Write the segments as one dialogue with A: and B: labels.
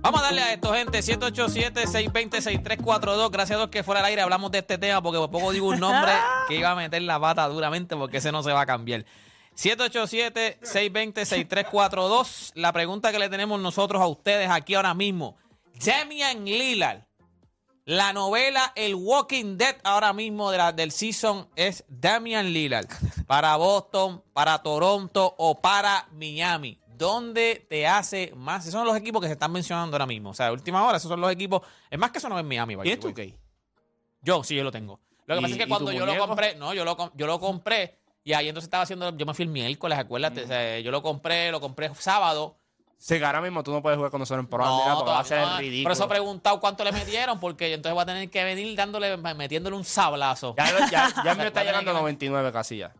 A: Vamos a darle a esto, gente. 787-620-6342. Gracias a Dios que fuera al aire hablamos de este tema porque por poco digo un nombre que iba a meter la pata duramente porque ese no se va a cambiar. 787-620-6342. La pregunta que le tenemos nosotros a ustedes aquí ahora mismo. Damian Lillard. La novela El Walking Dead ahora mismo de la, del season es Damian Lillard. Para Boston, para Toronto o para Miami. ¿Dónde te hace más? Esos son los equipos que se están mencionando ahora mismo. O sea, de última hora, esos son los equipos. Es más que eso no es Miami. by
B: ¿Tienes
A: the
B: tu
A: way.
B: key?
A: Yo, sí, yo lo tengo. Lo que
B: ¿Y-
A: pasa es que
B: y
A: cuando
B: tu
A: yo lo
B: muñeco?
A: compré, no, yo lo, com- yo lo compré y ahí entonces estaba haciendo, yo me fui el miércoles, acuérdate, o sea, yo lo compré, lo compré sábado.
B: Sí, que ahora mismo tú no puedes jugar con nosotros en programa,
A: No,
B: mira, porque va a
A: todavía
B: ser
A: no.
B: el ridículo.
A: Por eso he preguntado cuánto le metieron, porque entonces va a tener que venir dándole, metiéndole un sablazo.
B: ya, lo- ya, ya me
A: va a
B: está
A: tener
B: llegando
A: que-
B: 99 casillas.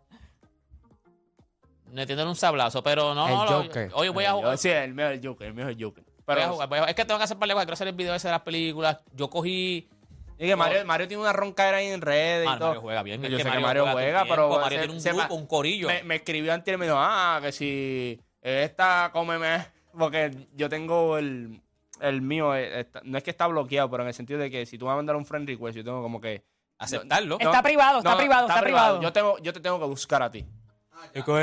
A: Metiéndole un sablazo, pero no, no,
C: El
A: lo-
C: Joker.
A: hoy voy a
B: Yo-
A: jugar.
B: Sí, el mío es el Joker, el mío es el Joker.
A: voy
B: Pero
A: a jugar, voy a jugar. Es que tengo que hacer para quiero hacer el video ese de las películas. Yo cogí.
B: Y que Mario, Mario tiene una ronca ahí en redes
A: Ah,
B: y todo.
A: Mario juega bien. es
B: Yo sé que Mario
A: a tu
B: juega,
A: tiempo,
B: pero
A: Mario
B: se-
A: tiene un
B: se
A: grupo,
B: ma-
A: un corillo.
B: Me, me escribió antes y me dijo, ah, que si esta cómeme. Porque yo tengo el, el mío, eh, está- no es que está bloqueado, pero en el sentido de que si tú vas a mandar un friend request, yo tengo como que.
A: Aceptarlo.
B: No,
D: está privado, está
B: no,
D: privado, está, privado.
B: Yo, tengo, yo te tengo que buscar a ti.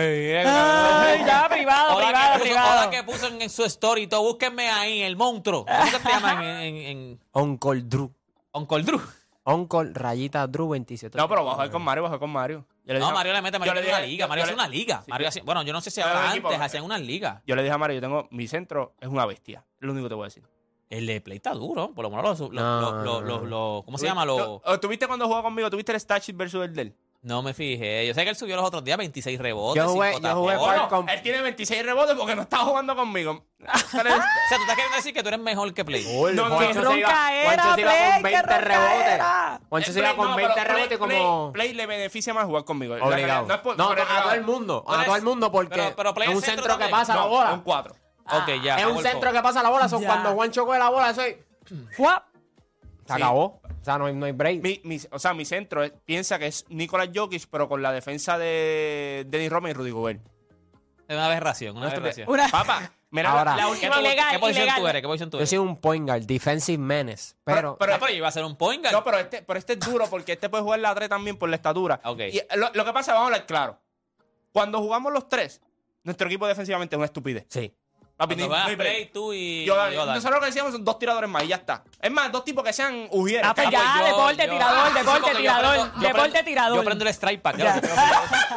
D: Ay, ya, privado,
A: Hola,
D: privado,
A: que puso,
D: privado.
A: hola, que puso en, en su story, todo, búsquenme ahí, el monstruo. ¿Cómo que te llaman en, en, en
C: Uncle Drew.
A: Uncle Drew?
C: Uncle rayita Drew 27.
B: No, pero bajé con Mario, bajé con Mario. Yo le
A: No,
B: dije-
A: Mario le mete, Mario
B: yo le
A: tiene una
B: dije-
A: liga,
B: yo-
A: Mario
B: yo
A: hace
B: le-
A: una liga.
B: Sí,
A: Mario
B: yo-
A: hacía- bueno, yo no sé si
B: Yo le-
A: ahora
B: equipo,
A: antes
B: eh.
A: hacían unas ligas.
B: Yo le dije a Mario, yo tengo, mi centro es una bestia. Es lo único que te voy a decir.
A: El de Play está duro, por lo menos los, los,
C: No,
A: los- los-
C: no,
A: los-
C: no.
A: los- ¿cómo se llama? Los,
B: ¿Tuviste cuando jugó conmigo? ¿Tuviste el Statchit versus el del?
A: no me fijé, yo sé que él subió los otros días 26 rebotes,
C: Yo jugué-
A: cinco
C: yo jugué
A: tapones.
C: par- con-
B: Él tiene 26 rebotes porque no está jugando conmigo.
A: O sea, tú estás queriendo decir que tú eres mejor que Play.
B: No, no,
D: ¡Qué
B: Juancho
D: ronca era,
C: se iba
D: Play! ¡Qué
C: con 20
D: ronca
C: rebotes.
D: era!
C: Juancho se
B: Eh,
C: iba
B: Play-
C: con
B: no,
C: 20
B: pero
C: rebotes
B: Play-
C: como.
B: Play, Play le beneficia más jugar conmigo. La
C: Obligado.
B: realidad, No, es por-
C: No,
B: por el
C: a todo
B: regalo.
C: el mundo.
A: Pero
C: A todo
A: es-
C: el mundo porque
A: pero- pero Play
C: es
A: es
C: un
A: centro
C: centro que
A: también.
C: pasa la
B: No, Un
C: bola.
B: 4.
A: ok, ya.
C: Es un
A: Golfo.
C: centro que pasa la bola. Son
D: Ya.
C: cuando Juancho coge la bola, eso es-
D: ¡Fua!
C: Se acabó. O sea, no hay, no hay break.
B: Mi, mi- o sea, mi centro es- piensa que es Nicolás Jokic, pero con la defensa de Denis Roma y Rudy Gobert.
A: Es una aberración, una
B: No, esto-
A: aberración.
D: Una-
B: Papá, mira, la-
C: Ahora.
B: la
A: ¿Qué,
B: última-
A: po-
D: Ilegal,
A: ¿Qué posición
D: ilegal.
A: tú eres? ¿Qué posición tú
C: Yo
A: eres?
C: soy un point guard, defensive menace. Pero,
B: pero-
A: Ah, pero yo iba a ser un point guard.
C: pues,
B: No, pero este, pero este es duro porque este puede jugar la 3 también por la estatura.
A: Ok.
B: Y eh, lo, lo que pasa, vamos a hablar claro. Cuando jugamos los tres, nuestro equipo defensivamente es una estupidez.
C: sí.
B: Papi,
A: Cuando
B: ni-
A: vas
B: ni
A: a Play,
B: break.
A: tú y...
B: Yo-
A: y Godard.
B: nosotros lo que decíamos son dos tiradores más y ya está. Es más, dos tipos que sean ujieres.
D: Ah, pues
B: cabrón.
D: ya,
A: yo-
D: deporte,
A: yo-
D: tirador,
A: Ah,
D: deporte,
A: sí, porque yo
D: tirador,
A: prendo- yo
D: deporte,
A: prendo-
D: tirador.
A: Yo prendo el strike pack. Ya. lo que tengo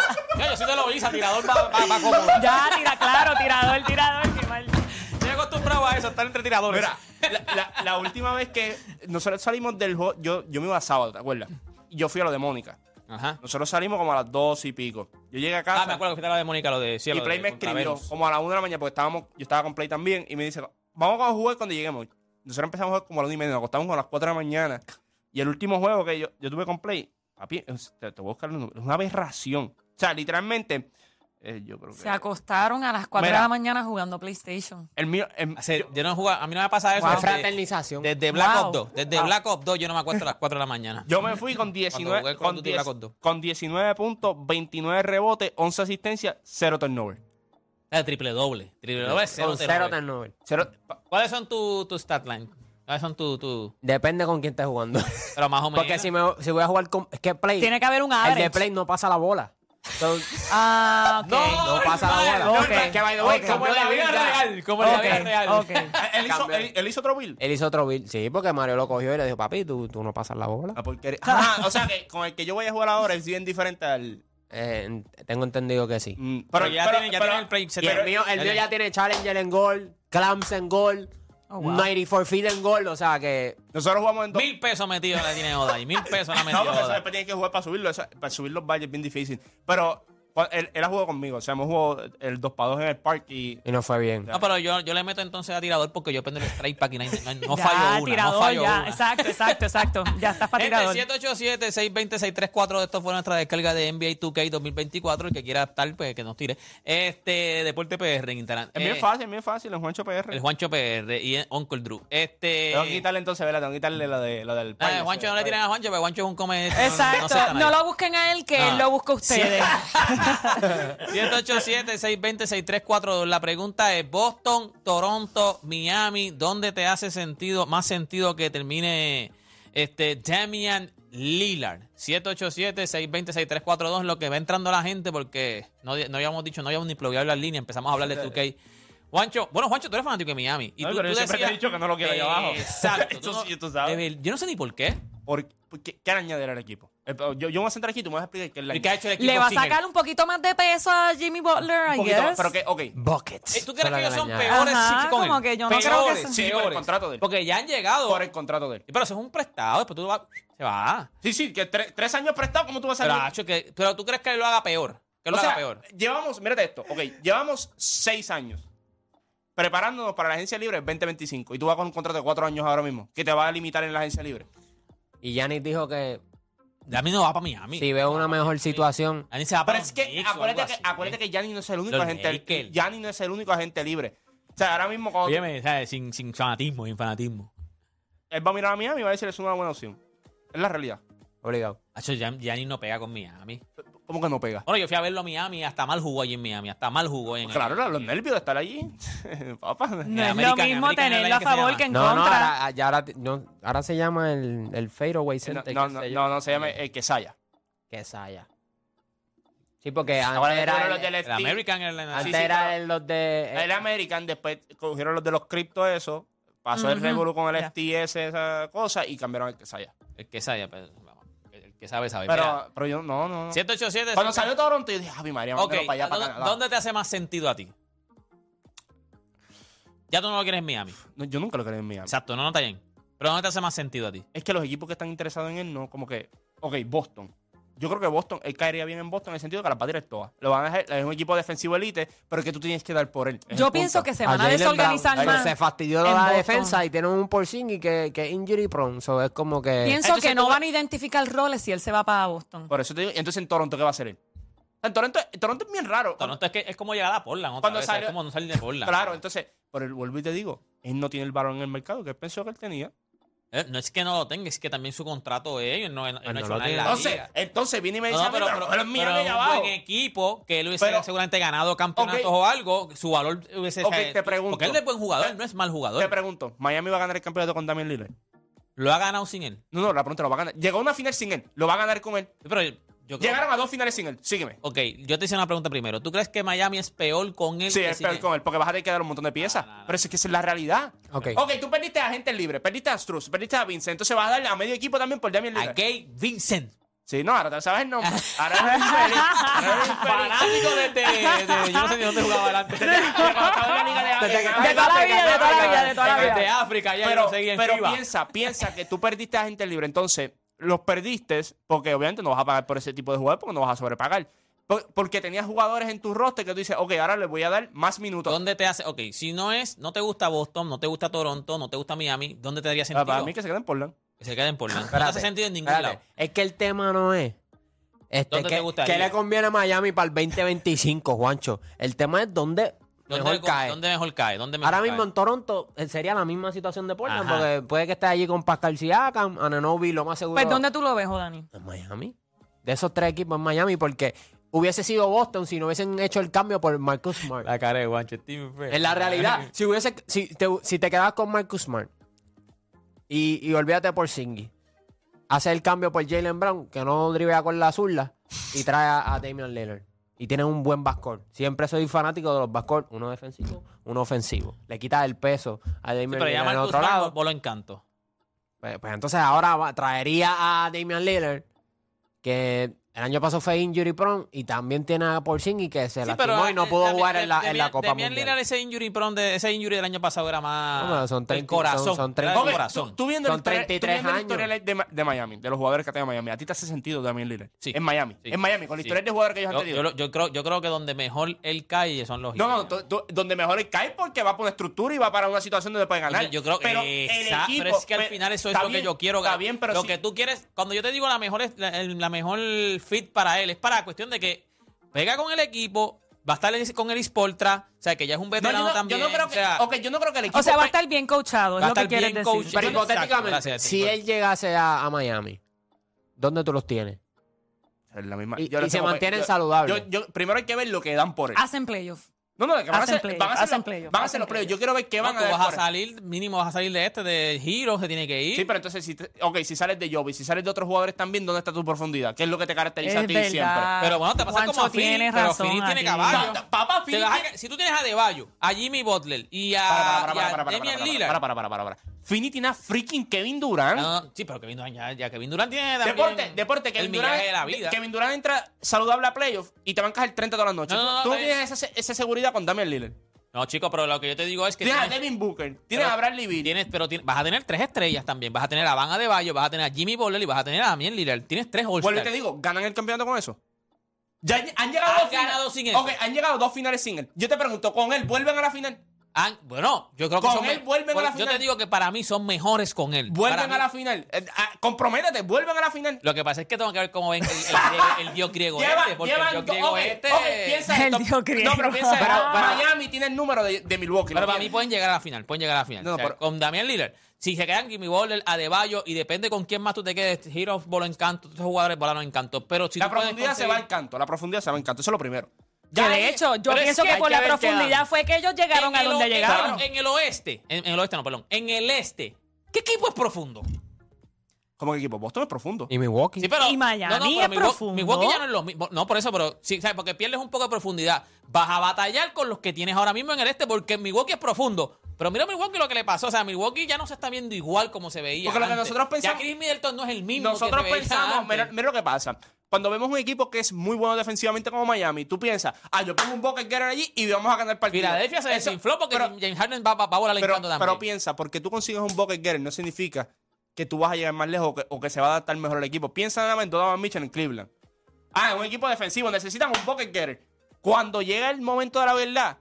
A: que- Ya, yo soy de los Isa, tirador va, va, va como.
D: Ya, tira, claro, tirador, tirador, qué mal.
A: Estoy acostumbrado a eso, estar entre
D: pues.
A: tiradores.
B: Mira, la, la- la última vez que nosotros salimos del juego, yo, yo me iba a sábado, ¿te acuerdas? Y yo fui a lo de Mónica.
A: Ajá.
B: Nosotros salimos como a las dos y pico. Yo llegué a casa.
A: Ah, me acuerdo que fuiste a la de Mónica, lo de
B: Y
A: cielo.
B: Play
A: de-
B: me
A: contra
B: escribió
A: Venus.
B: como a la 1 de la mañana, porque estábamos, yo estaba con Play también, y me dice, vamos a jugar cuando lleguemos. Nosotros empezamos a jugar como a la 1 y media, nos acostamos como a las 4 de la mañana. Y el último juego que yo, yo tuve con Play, papi, es- te, te voy a buscar el número, es una aberración. O sea, literalmente, eh, yo creo que...
D: Se acostaron a las 4
B: Mira.
D: de la mañana jugando PlayStation.
B: el mío, el-
A: Hace- yo no jugué- a mí no me pasa eso.
C: Fue
A: desde,
C: fraternización.
A: desde Black
D: Wow.
A: Ops 2. Desde Black Ops 2 yo no me acuesto a las 4 de la mañana.
B: yo me fui con 19,
A: jugué
B: con,
A: con Duty Black
B: diez-
A: Ops dos.
B: con 19 puntos, 29 rebotes, 11 asistencias, 0 turnover.
A: Ah, triple doble. Triple doble, cero,
C: Con
A: cero,
C: cero
A: doble.
C: turnover.
B: Cero- pa-
A: ¿Cuáles son tus tu stat line? ¿Cuáles son tus...? Tu...
C: Depende con quién estés jugando.
A: Pero más o menos.
C: Porque si, me, si voy a jugar con. Es que Play.
D: Tiene que haber un
C: el de
D: average.
C: Play no pasa la bola. So,
D: Ah, ok.
C: no pasa la bola.
D: no,
C: No,
D: Ok.
C: es que by the way,
D: Ok.
C: cambió
A: Como en la
C: de
A: vida
C: build ya.
A: real. Como en la
D: Ok,
A: vida real.
D: ok.
B: Ah, él, hizo,
C: Cambio.
B: él- él hizo otro build.
C: Él hizo otro build. Sí, porque Mario lo cogió y le dijo, papi, tú, tú no pasas la bola.
B: La porquería. Ajá, Ah, o sea, que con el que yo voy a jugar ahora es bien diferente al...
C: Eh, tengo entendido que sí.
B: Mm,
A: Pero ya tiene- ya
B: pero-
A: tiene el play- se
C: Y el
A: Pero-
C: mío, el mío
A: Dale.
C: ya tiene Challenger en gol, Clams en gol,
D: Oh, wow.
C: 94 feet en gol, o sea que.
B: Nosotros jugamos en dos.
A: Mil pesos metido la tiene Oda y mil pesos la ha
B: No,
A: metido
B: porque eso
A: Oda.
B: después tienes que jugar para subirlo. eso- para subir los valles es bien difícil. Pero cua- él, él ha jugado conmigo. O sea, hemos jugado el 2 para 2 en el parque y.
C: Y no fue bien.
A: No, pero yo, yo le meto entonces a tirador porque yo prendo el strike para que no, no, no
D: Ya,
A: fallo una,
D: tirador,
A: no fallo
D: ya.
A: una.
D: Exacto, exacto, exacto. Ya estás para
A: Gente,
D: tirador.
A: 787 620 634 Esto fue nuestra descarga de NBA 2K 2024. El que quiera estar, pues que nos tire. Este, Deporte PR en Instagram.
B: Es
A: Eh,
B: bien fácil, es bien fácil. En Juancho PR.
A: El Juancho PR y eh, Uncle Drew. Este.
B: tengo que quitarle entonces, ¿verdad? Tengo que quitarle la, de, la del
A: ah,
B: parque.
A: pues, Juancho no le tiran a Juancho, pero Juancho es un comediante. no- no- no
D: Exacto.
A: se gana
D: No
A: ahí. Ah,
D: lo busquen a él, que
A: No.
D: él lo busca a ustedes.
A: 787-620-6342. La pregunta es: Boston, Toronto, Miami, ¿dónde te hace sentido, más sentido que termine este Damian Lillard? 787-620-6342. Lo que va entrando la gente, porque no, di- no habíamos dicho, no habíamos ni plugueado la línea, empezamos a hablar de 2K. Juancho, bueno, Juancho, tú eres fanático de Miami. Y
B: No,
A: tú,
B: pero
A: tú
B: yo siempre te he
A: decías-
B: dicho que no lo quiero ahí abajo.
A: Exacto.
B: Eso
A: no-
B: sí, tú sabes.
A: de ver- Yo no sé ni por qué.
B: ¿Por, por qué, qué añadir al equipo? Eh, pero Yo, yo me voy a sentar aquí tú me vas a explicar qué es la
A: ¿Y qué ha hecho el equipo
D: Le va a
A: sin él?
D: sacar un poquito más de peso a Jimmy Butler,
B: Un
D: I
B: poquito,
D: guess.
B: pero que, ok.
C: Buckets.
A: Eh, ¿Tú crees
C: Solo
A: que ellos son
C: la
A: peores
C: ñada.
D: Ajá,
A: sí, con él?
D: como que yo no creo que
A: Peores,
D: sea-
B: Sí, por el
A: peores.
B: contrato de él.
A: Porque ya han llegado.
B: Por el contrato de él.
A: Pero eso es un prestado. Después tú vas- se va.
B: Sí, sí, que tre- tres años prestado, ¿cómo tú vas a
A: Pero,
B: salir?
A: acho, que, pero tú crees que lo haga peor. Que lo
B: O
A: haga
B: sea,
A: peor.
B: Llevamos, mírate esto, ok, llevamos seis años preparándonos para la agencia libre 2025 y tú vas con un contrato de cuatro años ahora mismo que te va a limitar en la agencia libre.
C: Y Yanis dijo que
A: A mí no va para Miami.
C: si ve una mejor situación,
A: A mí se va
B: Pero
A: para
B: es que acuérdate, que
C: ¿eh?
B: acuérdate que Gianni no es el único
A: Los
B: agente
A: Lakers.
B: Gianni no es el único agente libre. O sea, ahora mismo cuando
A: Óyeme, ¿sabes? Sin, sin fanatismo, sin fanatismo.
B: él va a mirar a Miami y va a decir es una buena opción. Es la realidad.
C: obligado.
A: Acho, Gian- Gianni no pega con Miami.
B: ¿Cómo que no pega? Pues
A: Bueno, yo fui a verlo a Miami. Hasta mal jugó allí en Miami. Hasta mal jugó en
B: Claro, los nervios de estar allí. Papá.
D: No
A: Eh,
D: es
A: American-
D: lo mismo
A: American
D: tenerlo a
A: Airlines,
D: favor
A: ¿qué
D: que
A: se
D: en
C: No, no,
D: contra.
C: ahora, ya ahora, no, ahora se llama el, el
A: Eh,
C: fadeaway
B: No,
C: center.
B: no,
C: qué
B: no,
C: sé yo.
B: no, no, se llama eh, Quesaya.
C: Que Saya. Sí, porque
B: Ahora
C: antes
B: fueron
C: era,
B: los del
A: El
C: el,
B: FT.
A: American Airlines.
C: antes
B: sí,
C: era
B: pero-
C: el- los de...
D: Eh,
C: eh,
B: El American, después cogieron los de los criptos eso, pasó el
D: Ujú,
B: revolú con el
D: ya.
B: FTS, esa cosa, y cambiaron el Quesaya.
A: El que sabe, pero- el que sabe, sabe. Mira,
B: Pero, pero yo, no, no, no.
A: 787.
B: Cuando salió Toronto, yo dije, Javi María,
A: Ok,
B: mándalo para allá, para
A: ¿dónde,
B: Canadá.
A: dónde te hace más sentido a ti? Ya tú no lo quieres en Miami.
B: No, yo nunca lo creí en Miami.
A: Exacto, no, no está bien. Pero ¿dónde te hace más sentido a ti?
B: es que los equipos que están interesados en él no, como que, ok, Boston. Yo creo que Boston, él caería bien en Boston en el sentido de que las va a tirar todas. Lo van a dejar, es un equipo defensivo elite, pero que tú tienes que dar por él. Es el
D: Yo pienso
B: punto.
D: que se van a desorganizar
B: Brown.
D: más.
C: Se fastidió
D: en
C: la
D: Boston.
C: defensa y tienen un Porzingis que, que es injury prone. So es como que...
D: Pienso
B: Entonces
D: que
B: tú-
D: no van a identificar roles si él se va para Boston.
B: Por eso te digo, entonces en Toronto, ¿qué va a hacer él? En Toronto, en Toronto es bien raro.
A: Toronto es, que, es como llegar a Portland otra
B: Cuando
A: vez,
B: salió-
A: es como no salir de Portland.
B: Claro, entonces, por el vuelvo y te digo, él no tiene el balón en el mercado que él pensó que él tenía.
A: Eh, No es que no lo tenga, es que también su contrato es ellos no, no,
C: Pues
A: no ha
C: no
A: hecho
C: lo
A: nada en
C: tiene.
A: la
B: Entonces,
A: liga.
B: entonces viene y me
A: No,
B: dice,
A: no,
B: a mí, pero, pero, es mío
A: pero
B: allá
A: un
B: abajo.
A: buen equipo que él hubiese
B: Pero-
A: seguramente ganado campeonatos o algo, su valor hubiese
B: Ok,
A: o sea,
B: te pregunto.
A: Porque él es buen jugador,
B: Te-
A: no es mal
B: Te
A: jugador.
B: pregunto, ¿Miami va a ganar el campeonato con Damian Lillard?
A: Lo ha ganado sin él.
B: No, no, la pregunta lo va a ganar. Llegó a una final sin él, lo va a ganar con él.
A: Pero yo creo
B: Llegaron a dos finales sin él, sígueme.
A: Ok, yo te hice una pregunta primero. ¿Tú crees que Miami es peor con él?
B: Sí,
A: que
B: es
A: sin
B: peor
A: él?
B: con él, porque vas a tener que dar un montón de piezas.
A: no, no.
B: Pero es que esa es la realidad.
C: Ok.
B: Ok, tú perdiste a gente libre, perdiste a Struz, perdiste a Vincent, entonces vas a darle a medio equipo también por Damian
A: A
B: Lillard.
A: Gay Vincent.
B: Sí, no, ahora te sabes el nombre. Ahora eres infeliz. Ahora eres infeliz.
A: Fanático desde. de- yo no sé ni dónde jugaba antes. De
B: Cuando estaba en la Liga de-
D: De toda la vida, de toda la vida, de toda la vida.
A: de África, ya
B: pero,
A: yo no seguía en
B: pero
A: FIBA.
B: piensa, piensa que tú perdiste a gente libre. Entonces, los perdiste porque obviamente no vas a pagar por ese tipo de jugadores porque no vas a sobrepagar. Por- Porque tenías jugadores en tu roster que tú dices, ok, ahora les voy a dar más minutos.
A: ¿Dónde te hace? Ok, si no es, no te gusta Boston, no te gusta Toronto, no te gusta Miami, ¿dónde te daría
B: Ah,
A: sentido?
B: Para mí que se queden por Portland.
A: que se queden por Portland. No te
C: Espérate,
A: hace sentido en ningún
C: espérate.
A: lado.
C: Es que el tema no es... Este,
A: ¿Dónde te
C: que-
A: gustaría?
C: ¿Qué le conviene a Miami para el 2025, Juancho? El tema es dónde,
A: ¿Dónde,
C: mejor cae.
A: ¿Dónde mejor cae? ¿Dónde mejor
C: Ahora
A: cae?
C: mismo en Toronto eh, sería la misma situación de Portland,
A: Ajá.
C: porque puede que esté allí con Pascal Siakam, Ananobi, lo más seguro.
D: Pues, ¿dónde tú lo ves, Dani?
C: En Miami. De esos tres equipos en Miami, porque hubiese sido Boston si no hubiesen hecho el cambio por Marcus Smart.
A: cara de Guancho, Steven
C: En la realidad, si hubiese, si te, si te quedabas con Marcus Smart y, y olvídate por Singy, haces el cambio por Jalen Brown, que no drivea con la zurda, y trae a, a Damian Lillard. Y tienen un buen backcourt. Siempre soy fanático de los backcourt, uno defensivo, uno ofensivo. Le quitas el peso a Damian
A: Pero ya
C: Lillard en
A: Marcus
C: otro
A: Smart,
C: lado.
A: vos lo encanto.
C: Pues, pues entonces ahora va- traería a Damian Lillard, que el año pasado fue injury prone, y también tiene a Porzingis que se lastimó y no
A: eh,
C: pudo
A: Dami-
C: jugar en la,
A: Dami-
C: en la Copa
A: Damian
C: Mundial.
A: Lillard, ese injury, prone de, ese injury del año pasado era más.
C: No, pero son
A: el
C: 30
A: corazón.
C: son- son
A: era del
C: 30.
B: Ok,
A: corazón.
B: Tú, tú viendo el
C: Son
B: historial- tú
C: 33
B: viendo el
C: años.
B: historial de, Ma- de Miami, de los jugadores que ha tenido Miami, a ti te hace sentido también, Lillard.
A: Sí.
B: En Miami.
A: Sí.
B: En Miami, con la
A: Sí.
B: historia de jugadores que ellos han
A: Yo,
B: tenido.
A: yo lo- yo creo, yo creo que donde mejor él cae son los
B: No, no,
A: Heat.
B: tú- tú- donde mejor él cae porque va por una estructura y va para una situación donde puede ganar.
A: Entonces, yo creo
B: pero, el
A: Exacto,
B: equipo-
A: pero es que al
B: pero-
A: final eso es
B: está
A: lo
B: bien,
A: que yo quiero
B: Está
A: ganar.
B: bien, pero
A: lo
B: sí.
A: que tú quieres, cuando yo te digo la mejor es- la, el- la mejor fit para él, es para cuestión de que pega con el equipo, va a estar en- con el Sportra, o sea que ya es un
B: No, yo,
A: veterano
B: no, yo
A: también.
B: no creo que,
A: o sea,
B: ok, yo no creo que el equipo.
D: O sea, va a
B: pe-
D: estar bien coachado,
A: Va
D: es
A: a
D: lo que
A: estar
D: quieres
A: bien
D: decir.
A: coachado.
C: Pero
A: Exacto,
C: hipotéticamente,
A: gracias,
C: si
A: Tito.
C: él llegase a, a Miami, ¿dónde tú los tienes?
B: es la misma.
C: Y-
B: yo le
C: y se
B: tengo fe.
C: mantienen
B: Yo-
C: saludables.
B: yo- yo- primero hay que ver lo que dan por él.
D: Hacen playoff.
B: Ah, No, no, que van a
D: hacen
B: hacer,
D: playoff,
B: van a hacer,
D: hacen
B: los-
D: playoff,
B: van a hacer
D: hacen
B: los playoffs.
D: playoff.
B: Yo quiero ver qué
A: No,
B: van
A: tú
B: a dar
A: vas a
B: por él.
A: salir, mínimo vas a salir de este, de giro se tiene que ir.
B: Sí, pero entonces, si, te- ok, si sales de Jovi, si sales de otros jugadores también, ¿dónde está tu profundidad? ¿Qué es lo que te caracteriza a
D: Es
B: ti
D: verdad.
B: siempre?
A: Pero bueno, te pasa
D: Juancho
A: como a Philly,
D: tiene
A: pero
D: razón
A: Philly tiene
D: aquí.
A: caballo.
B: Pa- papá,
A: Te
B: Philly
A: vas a
B: tiene- Ah,
A: ca- si tú tienes a Deballo, a Jimmy Butler y a,
B: Para, para, para, para,
A: y a
B: para,
A: Damian
B: para,
A: Lillard.
B: para, para, para, para, para, para. Fini tiene a freaking Kevin Durant.
A: No, no, sí, pero Kevin Durant ya, ya Kevin Durant tiene también
B: Deporte, deporte,
A: el
B: Kevin Durant,
A: millaje de la vida.
B: Kevin Durant entra saludable a playoff y te bancas el 30 todas las noches.
A: No, no, no,
B: Tú
A: está bien.
B: tienes esa, esa seguridad con Damian Lillard.
A: No, chicos, pero lo que yo te digo es que
B: Tienes a
A: tienes-
B: Devin Booker, tienes a Bradley Beal.
A: Tienes, pero tienes- vas a tener tres estrellas también. Vas a tener a Van Adebayo, vas a tener a Jimmy Butler y vas a tener a Damian Lillard. Tienes tres all
B: Vuelvo y te digo, ¿ganan el campeonato con eso? Ya han- han llegado
A: Han
B: dos finales.
A: ganado sin eso.
B: Ok, han llegado dos finales sin él. Yo te pregunto, ¿con él vuelven a la final?
A: Ah, bueno, yo creo que
B: Con
A: son
B: él
A: me-
B: vuelven a la
A: yo
B: final.
A: te digo que para mí son mejores con él. Para
B: Vuelven
A: mí-
B: a la final. Eh, ah, comprométete, vuelven a la final.
A: Lo que pasa es que tengo que ver cómo ven el, el- el- el dios griego
B: Llevan-
A: este, porque
B: llevan
A: el dios
B: do-
A: griego
B: ok,
A: este.
B: ok, piensa
D: El
B: esto.
D: dios griego.
B: No, pero piensa esto.
D: Pero-
C: pero-
B: Miami tiene el número de, de Milwaukee.
A: Pero
B: ¿lo
A: para mí
B: tiene?
A: pueden llegar a la final, pueden llegar a la final.
B: No,
A: O sea,
B: pero-
A: con Damián Lillard, si se quedan Jimmy Butler, Adebayo y depende con quién más tú te quedes, Heroes voló encanto, estos jugadores volaron encanto, pero si
B: la
A: tú puedes
B: profundidad se va
A: conseguir-
B: al canto. La profundidad se va al canto. Eso es lo primero.
D: Que
B: ahí-
D: de hecho, yo
A: pero es
D: pienso
A: que
D: que,
A: hay
D: por
C: que
D: la
C: ver qué
D: profundidad
C: dan.
D: fue que ellos llegaron
A: en
D: a
A: el o-
D: donde
A: en el-
D: llegaron.
A: En el oeste, en, en el oeste no, perdón, en el este. ¿Qué equipo es profundo?
B: Como que equipo, Boston es profundo.
C: Y Milwaukee.
A: Sí, pero,
D: Y Miami es
A: Milwaukee-
D: profundo.
A: Milwaukee ya no es lo mismo. No, por eso, pero sí, ¿sabes? porque pierdes un poco de profundidad. Vas a batallar con los que tienes ahora mismo en el este porque Milwaukee es profundo. Pero mira a Milwaukee lo que le pasó. O sea, Milwaukee ya no se está viendo igual como se veía.
B: Porque lo que
A: antes.
B: nosotros pensamos-
A: Ya Chris Middleton no es el mismo. que
B: Nosotros
A: se veía
B: pensamos,
A: antes.
B: mira, mira lo que pasa. Cuando vemos un equipo que es muy bueno defensivamente como Miami, tú piensas, ah, yo pongo un bucket getter allí y vamos a ganar el partido.
A: Filadelfia se
B: Eso-
A: desinfló porque
B: pero-
A: James Harden va, va, va a volar
B: pero,
A: entrando también.
B: pero piensa, porque tú consigues un bucket getter no significa que tú vas a llegar más lejos o que, o que se va a adaptar mejor el equipo. Piensa nada más en Donovan Mitchell en Cleveland. Ah, es un equipo defensivo, necesitan un bucket getter. Cuando llega el momento de la verdad,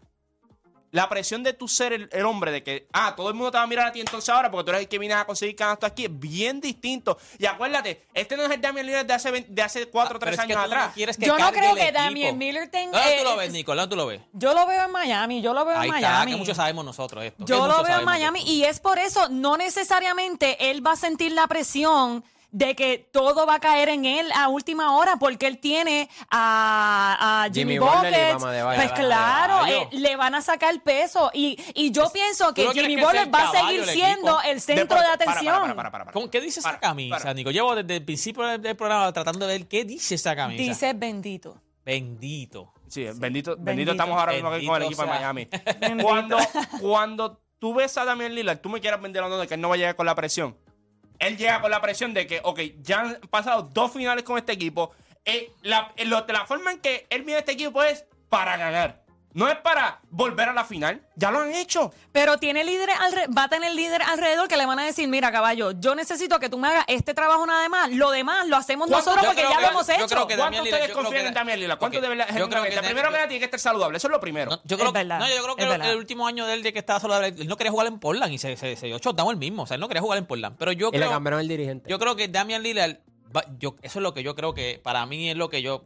B: la presión de tú ser el, el hombre de que, ah, todo el mundo te va a mirar a ti entonces ahora porque tú eres el que vienes a conseguir canastos aquí, es bien distinto. Y acuérdate, este no es el Damian Lillard de hace, 20 de hace 4 o
A: Ah, Pero
B: 3
A: es que
B: años
A: tú no
B: atrás.
A: quieres
D: Yo no
A: cargue
D: creo
A: el
D: que
A: equipo.
D: Damian Miller tenga-
A: ¿Dónde tú
D: eh,
A: lo ves, Nico? ¿Dónde tú lo ves?
D: Yo lo veo en Miami, yo lo veo
A: Ahí
D: en
A: está,
D: Miami.
A: que mucho sabemos nosotros esto. que
D: Yo
A: mucho
D: lo veo
A: sabemos
D: en Miami
A: nosotros.
D: y es por eso, no necesariamente él va a sentir la presión de que todo va a caer en él a última hora porque él tiene a, a Jimmy,
C: Jimmy
D: Butler.
C: Butler y Bama de Bayo.
D: pues
C: Bama de
D: claro,
A: Bayo.
D: eh, le van a sacar peso y, y yo pienso que
A: no quieres
D: Jimmy
A: que sea
D: Butler
A: el
D: va a
A: caballo
D: seguir
A: del
D: siendo
A: equipo.
D: el centro
B: Deporte- para,
D: de
B: para,
D: atención.
B: para, para, para, para.
A: ¿Con qué dice esa
B: Para,
A: camisa,
B: para.
A: Nico? Llevo desde el principio del, del programa tratando de ver qué dice esa camisa.
D: Dice bendito.
A: Bendito.
B: Sí, bendito, bendito,
D: Bendito.
B: estamos ahora mismo aquí con el
A: Bendito
B: equipo de
A: sea.
B: Miami. Cuando, cuando tú ves a Damian Lillard, tú me quieras vender hablando de que él no va a llegar con la presión. Él llega con la presión de que, ok, ya han pasado dos finales con este equipo. Eh, la, eh, lo- la forma en que él viene a este equipo es para ganar. No es para volver a la final. Ya lo han hecho.
D: Pero tiene líderes alre- va a tener líder alrededor que le van a decir, mira caballo, yo necesito que tú me hagas este trabajo nada más, lo demás lo hacemos
B: ¿Cuánto-
D: nosotros
A: yo
D: porque
A: creo
D: ya
A: que-
D: lo hemos
A: yo
D: hecho.
A: creo que
B: ¿Cuánto
A: Damian Lillard,
B: ustedes
A: yo creo
B: confían
A: que-
B: en Damian Lillard? ¿Cuánto
A: Ok,
B: de verdad?
A: yo creo que
B: genuinamente?
A: Dan-
B: Primero que
A: yo-
B: nada tiene que estar saludable. Eso es lo primero.
A: No, yo creo,
D: Es verdad,
A: no, yo creo que
D: es
A: el,
D: verdad.
A: el último año de él de que estaba solo, él no quería jugar en Portland y se, se, se dio shutdown él mismo. O sea, él no quería jugar en Portland. Pero yo
C: y le
A: creo,
C: cambiaron el dirigente.
A: yo creo que Damian Lillard, va- yo, eso es lo que yo creo que, para mí es lo que yo,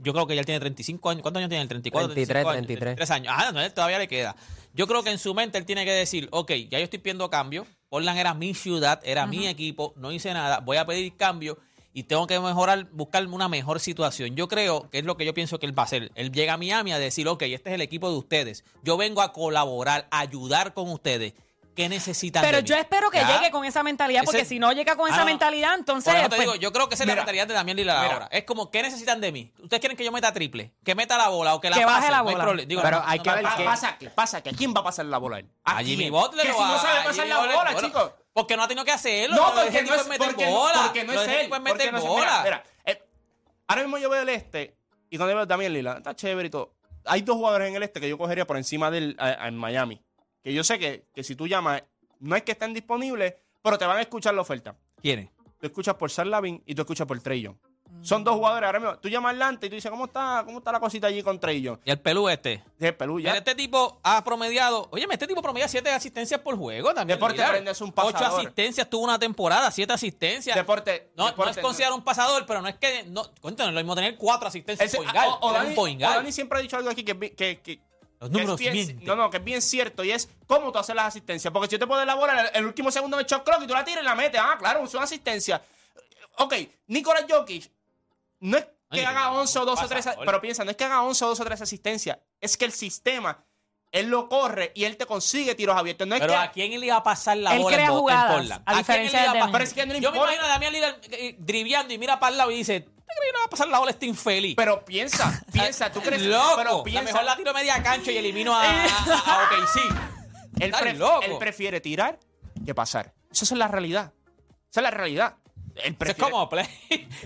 A: yo creo que ya él tiene 35 años. ¿Cuántos años tiene él? 34,
C: 33,
A: 35 años,
C: 33.
A: 33 años. Ah, no, él todavía le queda. Yo creo que en su mente él tiene que decir, ok, ya yo estoy pidiendo cambio. Portland era mi ciudad, era mi equipo, no hice nada, voy a pedir cambio y tengo que mejorar, buscar una mejor situación. Yo creo que es lo que yo pienso que él va a hacer. Él llega a Miami a decir, ok, este es el equipo de ustedes. Yo vengo a colaborar, a ayudar con ustedes. ¿Qué necesitan?
D: Pero
A: de mí?
D: yo espero que
A: ¿Ya?
D: llegue con esa mentalidad, porque
A: Ese-
D: si no llega con
A: Ah,
D: esa
A: no, no.
D: mentalidad, entonces.
A: Por eso te
D: pues,
A: digo, yo creo que esa es la
B: Mira.
A: mentalidad de Damián Lillard
B: Mira.
A: ahora. Es como, ¿qué necesitan de mí? ¿Ustedes quieren que yo meta triple? ¿Que meta la bola o que la
D: Que
A: pase?
D: baje la
A: No hay
D: bola.
A: problema. Digo,
C: Pero
A: no,
C: hay
A: no,
C: que
A: no,
C: ver
A: pa-
C: qué-
A: pa-
B: pasa, que pasa, que ¿a quién va a pasar la bola él?
A: A Jimmy
B: quién?
A: Butler
B: Que
A: o
B: si no
A: a-
B: sabe
A: a
B: pasar
A: Jimmy
B: la
A: Butler,
B: bola,
A: bueno,
B: chicos.
A: Porque no ha tenido que hacerlo.
B: No,
A: Lo de
B: porque no
A: Jennifer
B: es,
A: meter
B: porque,
A: bola.
B: no, porque no
A: Lo
B: es
A: de
B: él.
A: Jennifer meter
B: porque no es él.
A: bola.
B: Mira, mira, eh, ahora mismo yo veo el este y cuando veo también Lila, está chévere y todo. Hay dos jugadores en el este que yo cogería por encima del a- a- en Miami. Que yo sé que, que si tú llamas, no es que estén disponibles, pero te van a escuchar la oferta.
A: ¿Quién es?
B: Tú escuchas por Sam Lavin y tú escuchas por Trey Young. Son dos jugadores ahora mismo. Tú llamas a Atlanta y tú dices, ¿cómo está, cómo está la cosita allí con Trey Young?
A: Y el pelú este.
B: Dice, Pelú, ya.
A: Mira, este tipo ha promediado. Oye, este tipo promedia 7 asistencias por juego también.
B: Deporte
A: Lillard.
B: prende, es un
A: Ocho
B: pasador.
A: asistencias tuvo una temporada, siete asistencias.
B: Deporte.
A: no, no
B: deporte,
A: es considerado un pasador, pero no es que. No, cuéntanos, lo mismo tener cuatro asistencias.
B: Ese-
A: un point guard,
B: ah, o-
A: era un
B: Odani-
A: point guard.
B: Odani siempre ha dicho algo aquí que, es bi- que- que-
A: Los
B: que
A: números
B: es bien,
A: mienten.
B: No, no, que es bien cierto y es cómo tú haces las asistencias. Porque si yo te puedo la bola en el, el último segundo de shot clock y tú la tiras y la metes, ah, claro, es una asistencia. Ok, Nicolás Jokic no es que
A: Oye,
B: haga 11 o 12 o
A: pasa,
B: 3.
A: bol.
B: Pero piensa, no es que haga 11 o 12 o 3 asistencias. Es que el sistema, él lo corre y él te consigue tiros abiertos. No es
A: Pero
B: que.
A: ¿a quién le iba a pasar la
D: Él
A: bola en
D: crea
A: Bo- en
D: jugadas,
A: Portland?
D: a
A: quién
D: diferencia
A: él
D: de
A: iba a
D: Denver.
B: Pero es que no le
A: Yo me
B: importa.
A: imagino a Damián Lillard eh, driblando y mira para el lado y dice, ¿te crees que no va a pasar la bola este infeliz?
B: Pero piensa, piensa, tú crees.
A: Loco,
B: pero
A: la mejor la tiro media cancha y elimino a, a, a OKC.
B: él,
A: Estás
B: pref-
A: loco.
B: él prefiere tirar que pasar. Esa es la realidad. Esa es la realidad. Él
A: Eso es
B: prefiere.
A: como Play.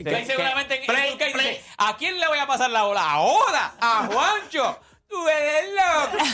A: Play seguramente en
B: Play,
A: el UK
B: play.
A: dice, ¿a quién le voy a pasar la bola? ¡Ahora! ¡A Juancho! ¡Tú eres loco!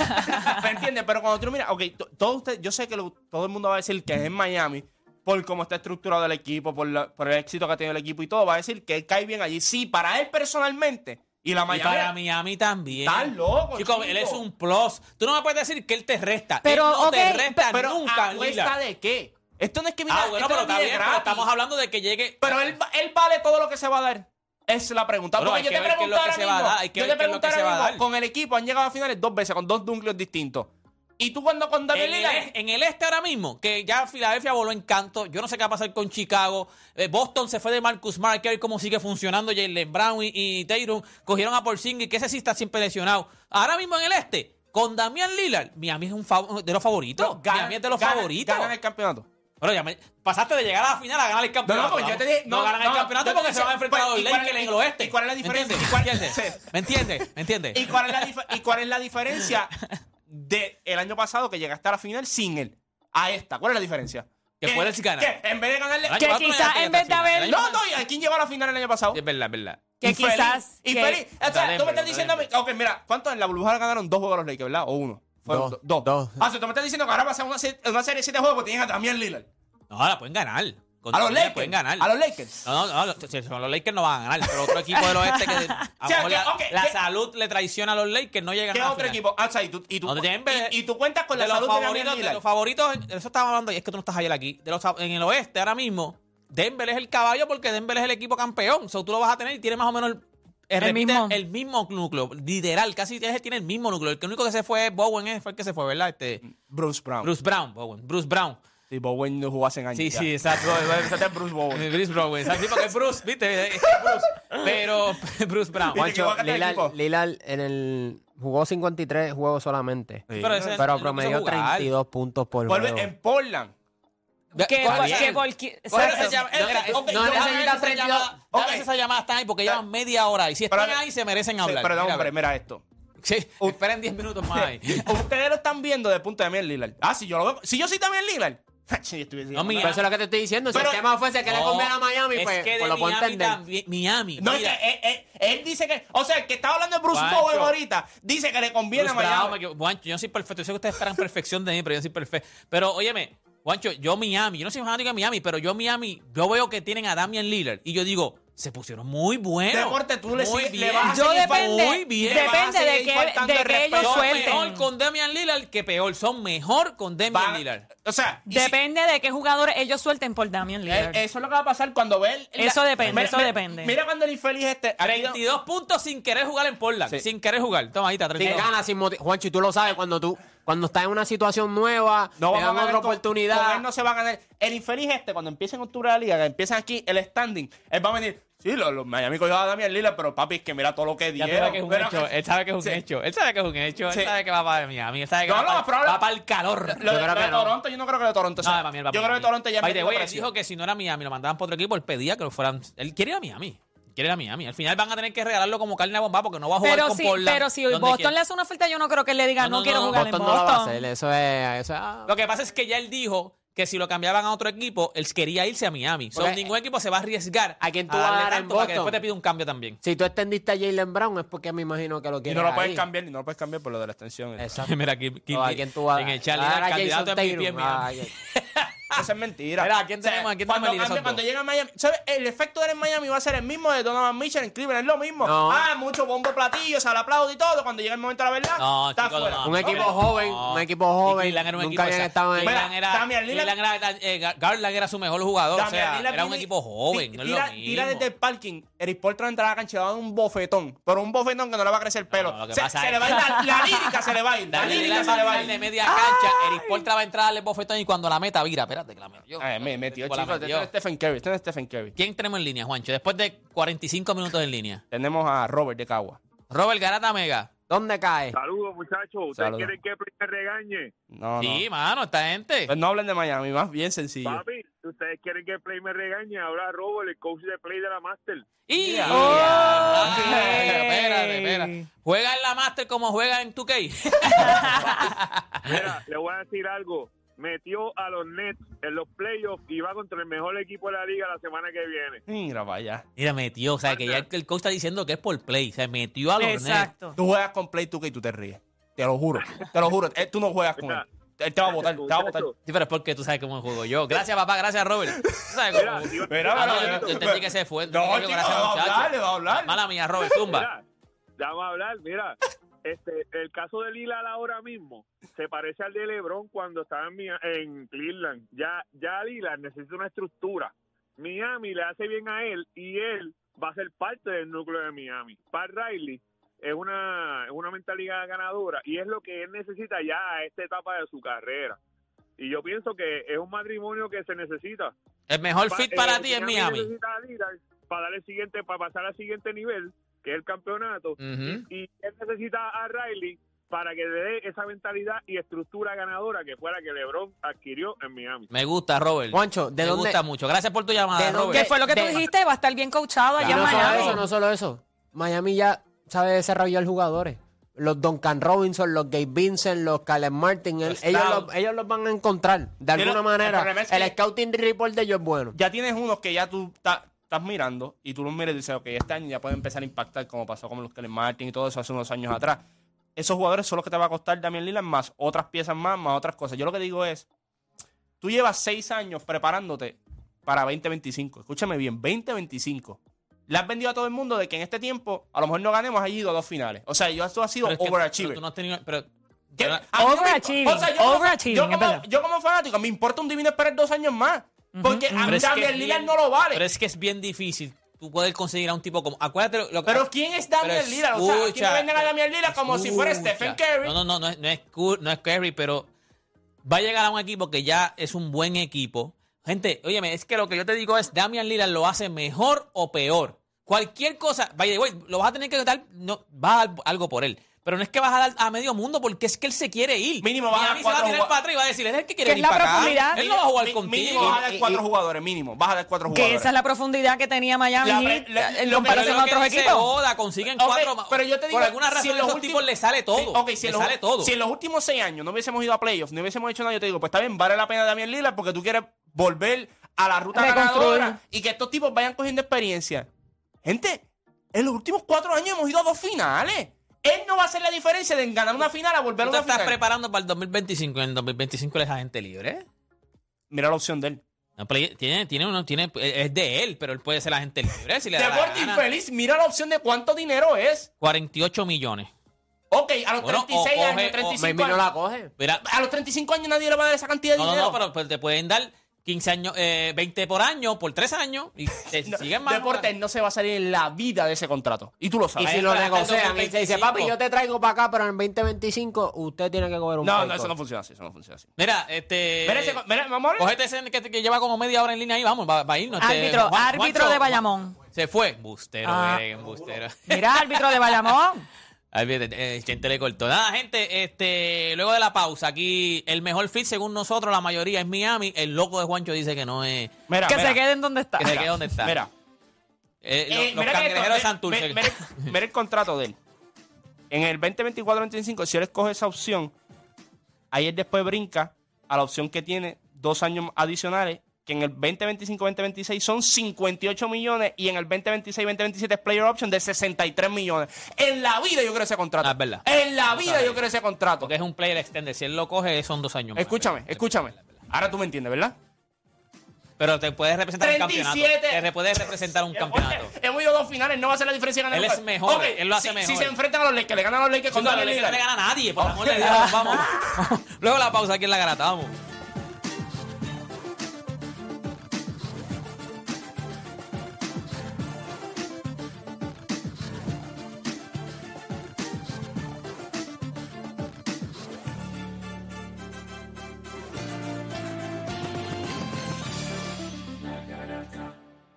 B: ¿Me entiendes? Pero cuando tú miras, ok, to- todo usted, yo sé que lo- todo el mundo va a decir que es en Miami por cómo está estructurado el equipo, por, la- por el éxito que ha tenido el equipo y todo, va a decir que él cae bien allí. Sí, para él personalmente y la
A: Y
B: Miami.
A: para Miami también.
B: Estás loco,
A: Chico,
B: chico.
A: él es un plus. Tú no me puedes decir que él te resta.
D: Pero,
A: él no te
D: ok,
A: resta
B: pero ah, pues,
A: nunca,
B: ¿a cuesta
A: Lillard.
B: de qué? Esto no es que mira,
A: Ah, bueno,
B: esto
A: pero
B: no
A: está
B: viene
A: bien, pero
B: gratis.
A: estamos hablando de que llegue.
B: Pero él, va- él vale todo lo que se va a dar. Es la pregunta.
A: Bueno,
B: Porque
A: hay
B: yo
A: que
B: te
A: ver qué es
B: pregunto
A: lo que
B: ahora
A: se va a
B: mismo.
A: dar, hay que
B: Yo
A: ver
B: te
A: qué es lo
B: pregunto
A: que se va a
B: ahora
A: dar.
B: mismo. Con el equipo han llegado a finales dos veces, con dos núcleos distintos. Y tú cuando con Damian
A: En el,
B: Lillard.
A: en el este ahora mismo, que ya Filadelfia voló en canto, yo no sé qué va a pasar con Chicago, eh, Boston se fue de Marcus Smart, hay que ver cómo sigue funcionando Jalen Brown y, y Tatum, cogieron a Porzingis, que ese sí está siempre lesionado. Ahora mismo en el este, con Damian Lillard, Miami es un fav- de los favoritos,
B: no, ganan-
A: Miami es de los
B: ganan-
A: favoritos.
B: Ganan el campeonato.
A: Bueno, ya me- pasaste de llegar a la final a ganar el
B: No,
A: campeonato.
B: no, pues yo
A: vamos.
B: te dije.
A: No, ganan el campeonato
B: yo te
A: porque se
B: decía,
A: van a enfrentar a
B: pues,
A: los
B: ¿y cuál es
A: Lakers
B: la-
A: en el oeste.
B: ¿Y cuál es la diferencia? ¿Y cuál- sí.
A: ¿Me entiendes? ¿Me entiendes?
B: ¿Y cuál es la dif- ¿Y cuál es la diferencia del año pasado que llegaste a la final sin él? A esta. ¿Cuál es la diferencia?
A: Que puedes ganar.
B: Que en vez de ganarle.
A: El año
D: Que
A: pasado
D: quizá
A: llegaste
D: en vez
A: hasta
D: de
A: final.
D: haber-
A: El año
B: No, no, ¿y ¿a quién llegó a la final el año pasado?
A: Es verdad, es verdad.
D: Que
B: Infeliz,
D: quizás- que-
B: infeliz. O sea,
A: Dale,
B: tú me estás
A: dale,
B: diciendo.
A: dale.
B: Ok, mira, ¿cuántos en la burbuja ganaron dos juegos los Lakers, verdad? O uno. Fueron
C: Dos,
B: do-
C: dos.
B: Ah, o sea, tú me estás diciendo que ahora va a ser una, se- una serie de siete juegos porque tienen a también Lillard.
A: No, la pueden ganar. Con
B: A los
A: Chicago
B: Lakers.
A: Pueden ganar.
B: A los Lakers.
A: No, no, no, si son los Lakers no van a ganar, pero otro equipo del oeste que a lo
B: O sea,
A: mejor
B: que,
A: la,
B: ok,
A: la
B: ¿qué-
A: salud le traiciona a los Lakers, no llegan
B: ¿Qué
A: a la
B: otro
A: final.
B: equipo? Ah, o sea, y tú, y tú,
A: No, Denver-
B: y, y tú cuentas con
A: de
B: la
A: los
B: salud de Damian
A: favoritos, de
B: Lillard.
A: los favoritos, de eso estábamos hablando y es que tú no estás ayer aquí. De los, fa- en el oeste ahora mismo, Denver es el caballo porque Denver es el equipo campeón. O sea, tú lo vas a tener y tiene más o menos el,
D: El
A: repite,
D: mismo.
A: el mismo núcleo, literal, casi tiene tiene el mismo núcleo. El que único que se fue es Bowen, eh, fue el que se fue, ¿verdad? Este,
B: Bruce Brown.
A: Bruce Brown, Bowen, Bruce Brown.
B: Sí, Bowen no jugó hace años.
A: Sí,
B: ya.
A: sí, exacto.
B: Empezaste en Bruce Bowen.
A: Eh, Bruce Brown, güey. Sí, porque es Bruce, ¿viste? Es Bruce. Pero Bruce Brown.
B: Y te
C: Juancho,
B: equivocaste de
C: Lillard,
B: equipo.
C: Lillard en el, jugó 53 juegos solamente.
A: Pero, ese-
C: Pero
A: lo quiso
C: promedió
A: jugar.
C: 32 puntos por
B: Vuelve
C: juego.
B: en Portland.
A: Ya,
D: Que,
A: ¿cuál
D: por-
A: es?
D: que por- que-
B: Bueno,
D: exacto.
B: se llama-
A: No,
B: era-
A: eh,
B: ok,
A: no,
B: yo-
A: dame
B: dame
A: esa
B: esa
A: llamada-
B: llamada.
A: dame
B: Ok.
A: esa llamada está ahí porque llevan media hora y si
B: Pero-
A: están ahí se merecen
B: Sí,
A: hablar.
B: Perdón,
A: Mira,
B: hombre, mira esto.
A: Sí, esperen 10 minutos más ahí.
B: Ustedes lo están viendo de punto de Damian Lillard. Ah, si yo lo veo. Si yo soy Damian Lillard. Sí, estuviese-
A: No, mi-
C: Pero eso es lo que te estoy diciendo. Si
B: Pero-
C: el tema fuese que le
A: No,
C: conviene a Miami,
A: es
C: pues,
A: que de
C: pues lo puedo
A: Miami
C: entender.
A: también- Miami.
B: No, es que
A: mira,
B: él, él- él dice que. O sea, el que está hablando de Bruce
A: Guacho.
B: Bowen ahorita dice que le conviene
A: Bruce
B: a Miami.
A: Brown, me equivoco. Juancho, yo no soy perfecto. Yo sé que ustedes esperan perfección de mí, pero yo no soy perfecto. Pero óyeme, Juancho, yo Miami, yo no soy fanático de Miami, pero yo Miami, yo veo que tienen a Damian Lillard y yo digo, se pusieron muy buenos.
B: Deporte, tú le
A: muy
B: sigues- le
A: bien.
B: vas a
D: Yo
B: Así que
D: depende,
A: Muy bien.
B: Le vas a
D: depende de
B: seguir faltando
D: que, de
B: el
D: que ellos
B: respeto.
A: Son
D: suelten.
A: mejor con Damian Lillard que peor. Son mejor con Damian
B: Van-
A: Lillard.
B: O sea, y si-
D: Depende de qué jugadores ellos suelten por Damian
B: eh,
D: Lillard.
B: eso es lo que va a pasar cuando ve el-
D: Eso depende, eso
B: mira,
D: depende.
B: Mira cuando el infeliz este. ha ido-
A: 22 puntos sin querer jugar en Portland.
B: Sí.
A: Sin querer jugar. Toma ahí, está,
C: Sin
A: 32.
C: ganas, sin motivo. Juancho, y tú lo sabes, cuando tú cuando estás en una situación nueva,
B: No
C: te
B: van a
C: dan
B: ganar con-
C: otra
B: con
C: oportunidad.
B: él no se va a ganar. El infeliz este, cuando empieza en octubre la liga, que empieza aquí el standing, él va a venir. Sí, los, los Miami cogió a Damian Lillard, pero papi, es que mira todo lo que
A: Ya
B: dieron.
A: tú sabes que es un
B: Pero-
A: hecho. eh, Él sabe que es un
B: Sí.
A: hecho. Él sabe que es un hecho. Él
B: Sí.
A: sabe que va para Miami. Él sabe que
B: No,
A: va,
B: no,
A: para,
B: pero ahora-
A: el calor.
B: Lo,
C: Yo
B: de-
C: creo
B: lo
C: que
B: de
C: no.
B: Toronto, yo no creo que lo de Toronto. sea-
A: No, de Miami, va
B: yo
A: para
B: creo que
A: Miami.
B: Toronto ya
A: By the
B: metió
A: way, él
B: presión.
A: dijo que si no era Miami, lo mandaban para otro equipo, él pedía que lo fueran. Él quiere ir a Miami. Quiere ir a Miami. Al final van a tener que regalarlo como carne a bomba porque no va a jugar
D: Pero
A: con
D: si,
A: Portland.
D: pero si
A: donde
D: Boston
A: quiera.
D: le hace una oferta, yo no creo que él le diga
A: No,
D: no,
A: no,
D: quiero
A: no,
D: jugar
C: Boston
D: en
C: no lo va a
D: Boston.
C: hacer. Eso es. Eso es ah.
A: Lo que pasa es que ya él dijo que si lo cambiaban a otro equipo, él quería irse a Miami. So,
C: Porque-
A: ningún equipo se va a arriesgar
C: ¿A quién tú
A: darle
C: vas a dar en
A: tanto para que
C: Boston?
A: después te pida un cambio también.
C: Si tú extendiste a Jalen Brown, es porque me imagino que lo
B: Y
C: quieres.
B: no lo puedes
C: ahí.
B: cambiar, y no lo puedes cambiar por lo de la extensión.
C: Exacto.
A: Mira, aquí, aquí-
C: ¿A quién tú vas a
A: en el chat,
C: a dar
A: el
C: a
A: candidato
C: Jason
A: a MVP en
C: Tatum?
A: Miami.
C: Ah,
B: Eso es mentira.
A: Mira, ¿a quién tenemos? ¿A quién
B: cuando,
A: tenemos en
B: cambia-
A: Lillard?
B: cuando llega a Miami, ¿sabes? El efecto de él en Miami va a ser el mismo de Donovan Mitchell en Cleveland, es lo mismo.
C: No.
B: Ah, mucho bombo platillo, se le aplaude y todo. Cuando llega el momento de la verdad,
A: No,
B: está
A: chico,
B: fuera.
A: no,
C: Un
A: no,
C: equipo
A: no.
C: joven, un equipo
A: Y
C: joven,
A: Cleveland era un
C: nunca
A: equipo,
C: habían
A: o sea,
C: estado en-
A: Cleveland
B: Mira,
A: era,
B: Damian Lillard-
A: Cleveland era- eh, Gar- Garland era su mejor jugador, o sea,
B: Damian Lillard
A: era un
B: viene-
A: equipo joven,
B: ti-
A: no es lo
B: tira, tira
A: mismo.
B: desde el parking. Eric Poltra entra a la cancha y le va a dar un bofetón. Pero un bofetón que no le va a crecer el pelo.
A: No, no, lo que
B: se,
A: pasa
B: se
A: es-
B: le va a ir la, la lírica, se le va a ir. La
A: Damian
B: lírica
A: Lillard
B: se le va
A: va
B: a
A: a
B: ir.
A: de media cancha, Eric Portra va a entrar al bofetón y cuando la meta vira, espérate. espérate, que la metió.
B: Ah, me metió
A: Tipo, la
B: chicos. Este
A: metió.
B: es Stephen Curry. Este es Stephen Curry.
A: ¿Quién tenemos en línea, Juancho? Después de 45 minutos en línea.
B: Tenemos a Robert de Cagua.
A: Robert Garata Mega.
C: ¿Dónde cae?
E: Saludos, muchachos. ¿Ustedes
B: Saludos.
E: quieren que Play me regañe?
B: No,
A: Sí,
B: no.
A: mano, esta gente.
B: Pues no hablen de Miami, más bien sencillo.
E: Papi, ¿ustedes quieren que Play me regañe? Ahora Robert, el coach de Play de la Master.
A: Y
B: Ya.
A: Ah,
D: Ok.
A: espérate, espérate. Juega en la Master como juega en 2K.
E: Mira, le voy a decir algo. Metió a los Nets en los playoffs y va contra el mejor equipo de la liga la semana que viene.
B: Mira, vaya.
A: Mira, metió. O sea, que ya el- el coach está diciendo que es por play. O sea, metió a los Nets.
D: Exacto.
B: Tú juegas con Play 2K y tú te ríes. Te lo juro. Te lo juro. Él- tú no juegas con él. Él te va a votar. Te va a votar.
E: Muchacho,
A: Sí, pero es porque tú sabes cómo juego yo. Gracias, papá. Gracias, Robert. Tú sabes cómo-
E: Mira, digo-
B: Mira,
A: Ah, no,
B: mira,
A: yo, yo
B: mira.
A: entendí que se fue.
B: No,
A: Yo,
B: chico, va a hablar, le va a hablar.
A: Mala mía, Robert, tumba.
E: Mira, vamos a hablar, mira. Este, el caso de Lillard ahora mismo se parece al de LeBron cuando estaba en, Mia- en Cleveland. Ya, ya Lillard necesita una estructura. Miami le hace bien a él y él va a ser parte del núcleo de Miami. Pat Riley es una, es una mentalidad ganadora y es lo que él necesita ya a esta etapa de su carrera. Y yo pienso que es un matrimonio que se necesita.
A: El mejor
E: Pa-
A: fit para
E: eh,
A: ti es Miami.
E: necesita a Lillard eh, para darle el siguiente, para pasar al siguiente nivel, que es el campeonato,
A: Ujú.
E: y él necesita a Riley para que le dé esa mentalidad y estructura ganadora que fue la que LeBron adquirió en Miami.
A: Me gusta, Robert.
C: Juancho, ¿de
A: Me
C: dónde?
A: gusta mucho. Gracias por tu llamada,
C: ¿De dónde-
A: Robert.
D: Que fue lo que tú
C: De-
D: dijiste, va a estar bien coachado allá
C: Y
D: en
C: no solo
D: Miami.
C: eso, no solo eso. Miami ya sabe desarrollar jugadores. Los Duncan Robinson, los Gabe Vincent, los Caleb Martin, el-
B: Los
C: ellos,
B: Towns.
C: los, ellos los van a encontrar de
B: Pero
C: alguna
B: el
C: manera.
B: problema
C: El,
B: es que-
C: scouting report de ellos es bueno.
B: Ya tienes unos que ya tú ta- estás mirando y tú los miras y dices, ok, este año ya puede empezar a impactar como pasó con los Kelly Martin y todo eso hace unos años atrás. Esos jugadores son los que te va a costar Damian Lillard más otras piezas más, más otras cosas. Yo lo que digo es, tú llevas seis años preparándote para 2025. Escúchame bien, 2025. Le has vendido a todo el mundo de que en este tiempo a lo mejor no ganemos, has ido a dos finales. O sea, yo esto ha sido
A: Pero es que
B: overachiever.
A: tú no has tenido- pero-
B: ¿Qué? Ah,
A: pero-
B: A mí no me-
D: Overachieving,
B: o sea, yo como-
D: overachieving,
B: yo
D: es
B: como,
D: verdad.
B: yo como fanático, me importa un divino esperar dos años más. Porque a
A: Pero
B: mí
A: es que
B: Damian
A: es
B: Lillard
A: bien-
B: no lo vale.
A: Pero
B: Pero,
A: es que es bien difícil tú poder conseguir a un tipo como. Acuérdate lo, lo-
B: ¿quién es
A: pero
B: Damian Lillard? O sea, aquí
A: escucha,
B: me venden a Damian Lillard como si fuera
A: escucha.
B: Stephen Curry.
A: No, no, no, no es, no, es, Cur- no es Curry, pero va a llegar a un equipo que ya es un buen equipo. Gente, óyeme, es que lo que yo te digo es, Damian Lillard lo hace mejor o peor. Cualquier cosa, vaya, güey, lo vas a tener que dar, no, vas a dar algo por él. Pero no es que vas a dar a medio mundo porque es que él se quiere ir.
B: Mínimo vas a dar
A: Miami se va a
B: cuatro
A: tirar
B: jugad-
A: para atrás y va a decir, es el que quiere
D: Que
A: venir
D: es la
A: para acá.
D: profundidad.
A: Él no va a jugar
B: Mi-
A: contigo.
B: Mínimo vas a dar
C: Y-
B: cuatro
C: y-
B: jugadores, mínimo. Vas a dar cuatro
D: Que
B: jugadores.
D: esa es la profundidad que tenía Miami
B: La
D: Heat,
B: pre- la- lo-
D: en
A: Pero
D: comparación
A: eso
D: a
A: es
D: otros
A: que se
D: equipos.
A: joda, consiguen
B: Ok,
A: cuatro más.
B: pero yo te digo,
A: por alguna razón
B: si en
A: a
B: los
A: esos
B: últimos-
A: tipos les sale todo.
B: Sí, ok, si, en
A: les
B: los,
A: sale todo.
B: si en los últimos seis años no hubiésemos ido a playoffs, no hubiésemos hecho nada, yo te digo, pues está bien, vale la pena Damian Lillard porque tú quieres volver a la ruta
D: Reconstruir.
B: ganadora y que estos tipos vayan cogiendo experiencia. Gente, en los últimos cuatro años hemos ido a dos finales. Él no va a hacer la diferencia de ganar una final a volver a
A: Tú te
B: una
A: estás
B: final.
A: preparando para el 2025. En el 2025 él es agente libre.
B: Mira la opción de él.
A: No, pero tiene, tiene uno, tiene, eh, es de él, pero él puede ser agente libre. Si le da la
B: Deporte
A: gana.
B: infeliz, mira la opción de cuánto dinero es.
A: 48 millones.
B: Ok, a los
A: Bueno, o
B: 36
A: coge-
B: años,
A: o-
B: 35
C: Maybe no
B: años.
C: la coge.
A: Mira,
B: A los 35 años nadie le va a dar esa cantidad de
A: no, no,
B: dinero. pues.
A: no, pero, pero te pueden dar 15 años, eh, 20 por año, por 3 años, y te
B: No,
A: siguen más.
B: Deportes no se va a salir en la vida de ese contrato. Y tú lo
C: Y
B: sabes.
A: Ahí
C: si lo
A: para el
C: negocian y te dice,
A: 2025.
C: papi, yo te traigo para acá, pero en 2025 usted tiene que cobrar un
B: No,
C: pay
B: no, eso
C: cut".
B: no funciona así, eso no funciona así.
A: Mira, este.
B: Mira ese- mira, vamos a ver.
A: Cogete ese que, que lleva como media hora en línea ahí, vamos, va, va a irnos. este,
D: Árbitro,
A: Juan-
D: árbitro
A: Juancho,
D: de Bayamón.
A: Se fue. Bustero,
D: Ah.
A: eh, bustero.
D: Mira, árbitro de Bayamón.
A: Ahí viene, eh, gente le cortó. Nada, gente, este, luego de la pausa, aquí el mejor fit, según nosotros, la mayoría es Miami. El loco de Juancho dice que no es.
B: Mira,
D: que
B: mira,
D: se queden donde está.
A: Que se quede donde está.
B: Mira,
A: Eh, lo-
B: Eh,
A: los
B: mira que esto,
A: cangrejeros de
B: mira-
A: Santurce.
B: mira- mira- mira el contrato de él. En el 2024-2025, si él escoge esa opción, ahí él después brinca a la opción que tiene dos años adicionales, que en el 2025-2026 son 58 millones y en el 2026-2027 es player option de 63 millones. En la vida yo quiero ese contrato.
A: Ah, es verdad.
B: En la
A: No
B: vida
A: sabe.
B: yo quiero ese contrato.
A: Porque es un player extender. Si él lo coge, son dos años más.
B: Escúchame, escúchame. Ahora tú me entiendes, ¿verdad?
A: Pero te puedes representar un campeonato.
B: 37.
A: Te puedes representar un campeonato.
B: Hemos ido a dos finales, no va a hacer la diferencia ganar.
A: Él es
B: un-
A: mejor,
B: Ok,
A: él lo hace
B: si,
A: mejor.
B: Si se enfrentan a los Lakers, le ganan a los Lakers
A: Sí,
B: con
A: no, no
B: Damian
A: le no le
B: Lillard.
A: gana a nadie, por amor de Dios. Vamos. Luego la pausa aquí en la garata, vamos.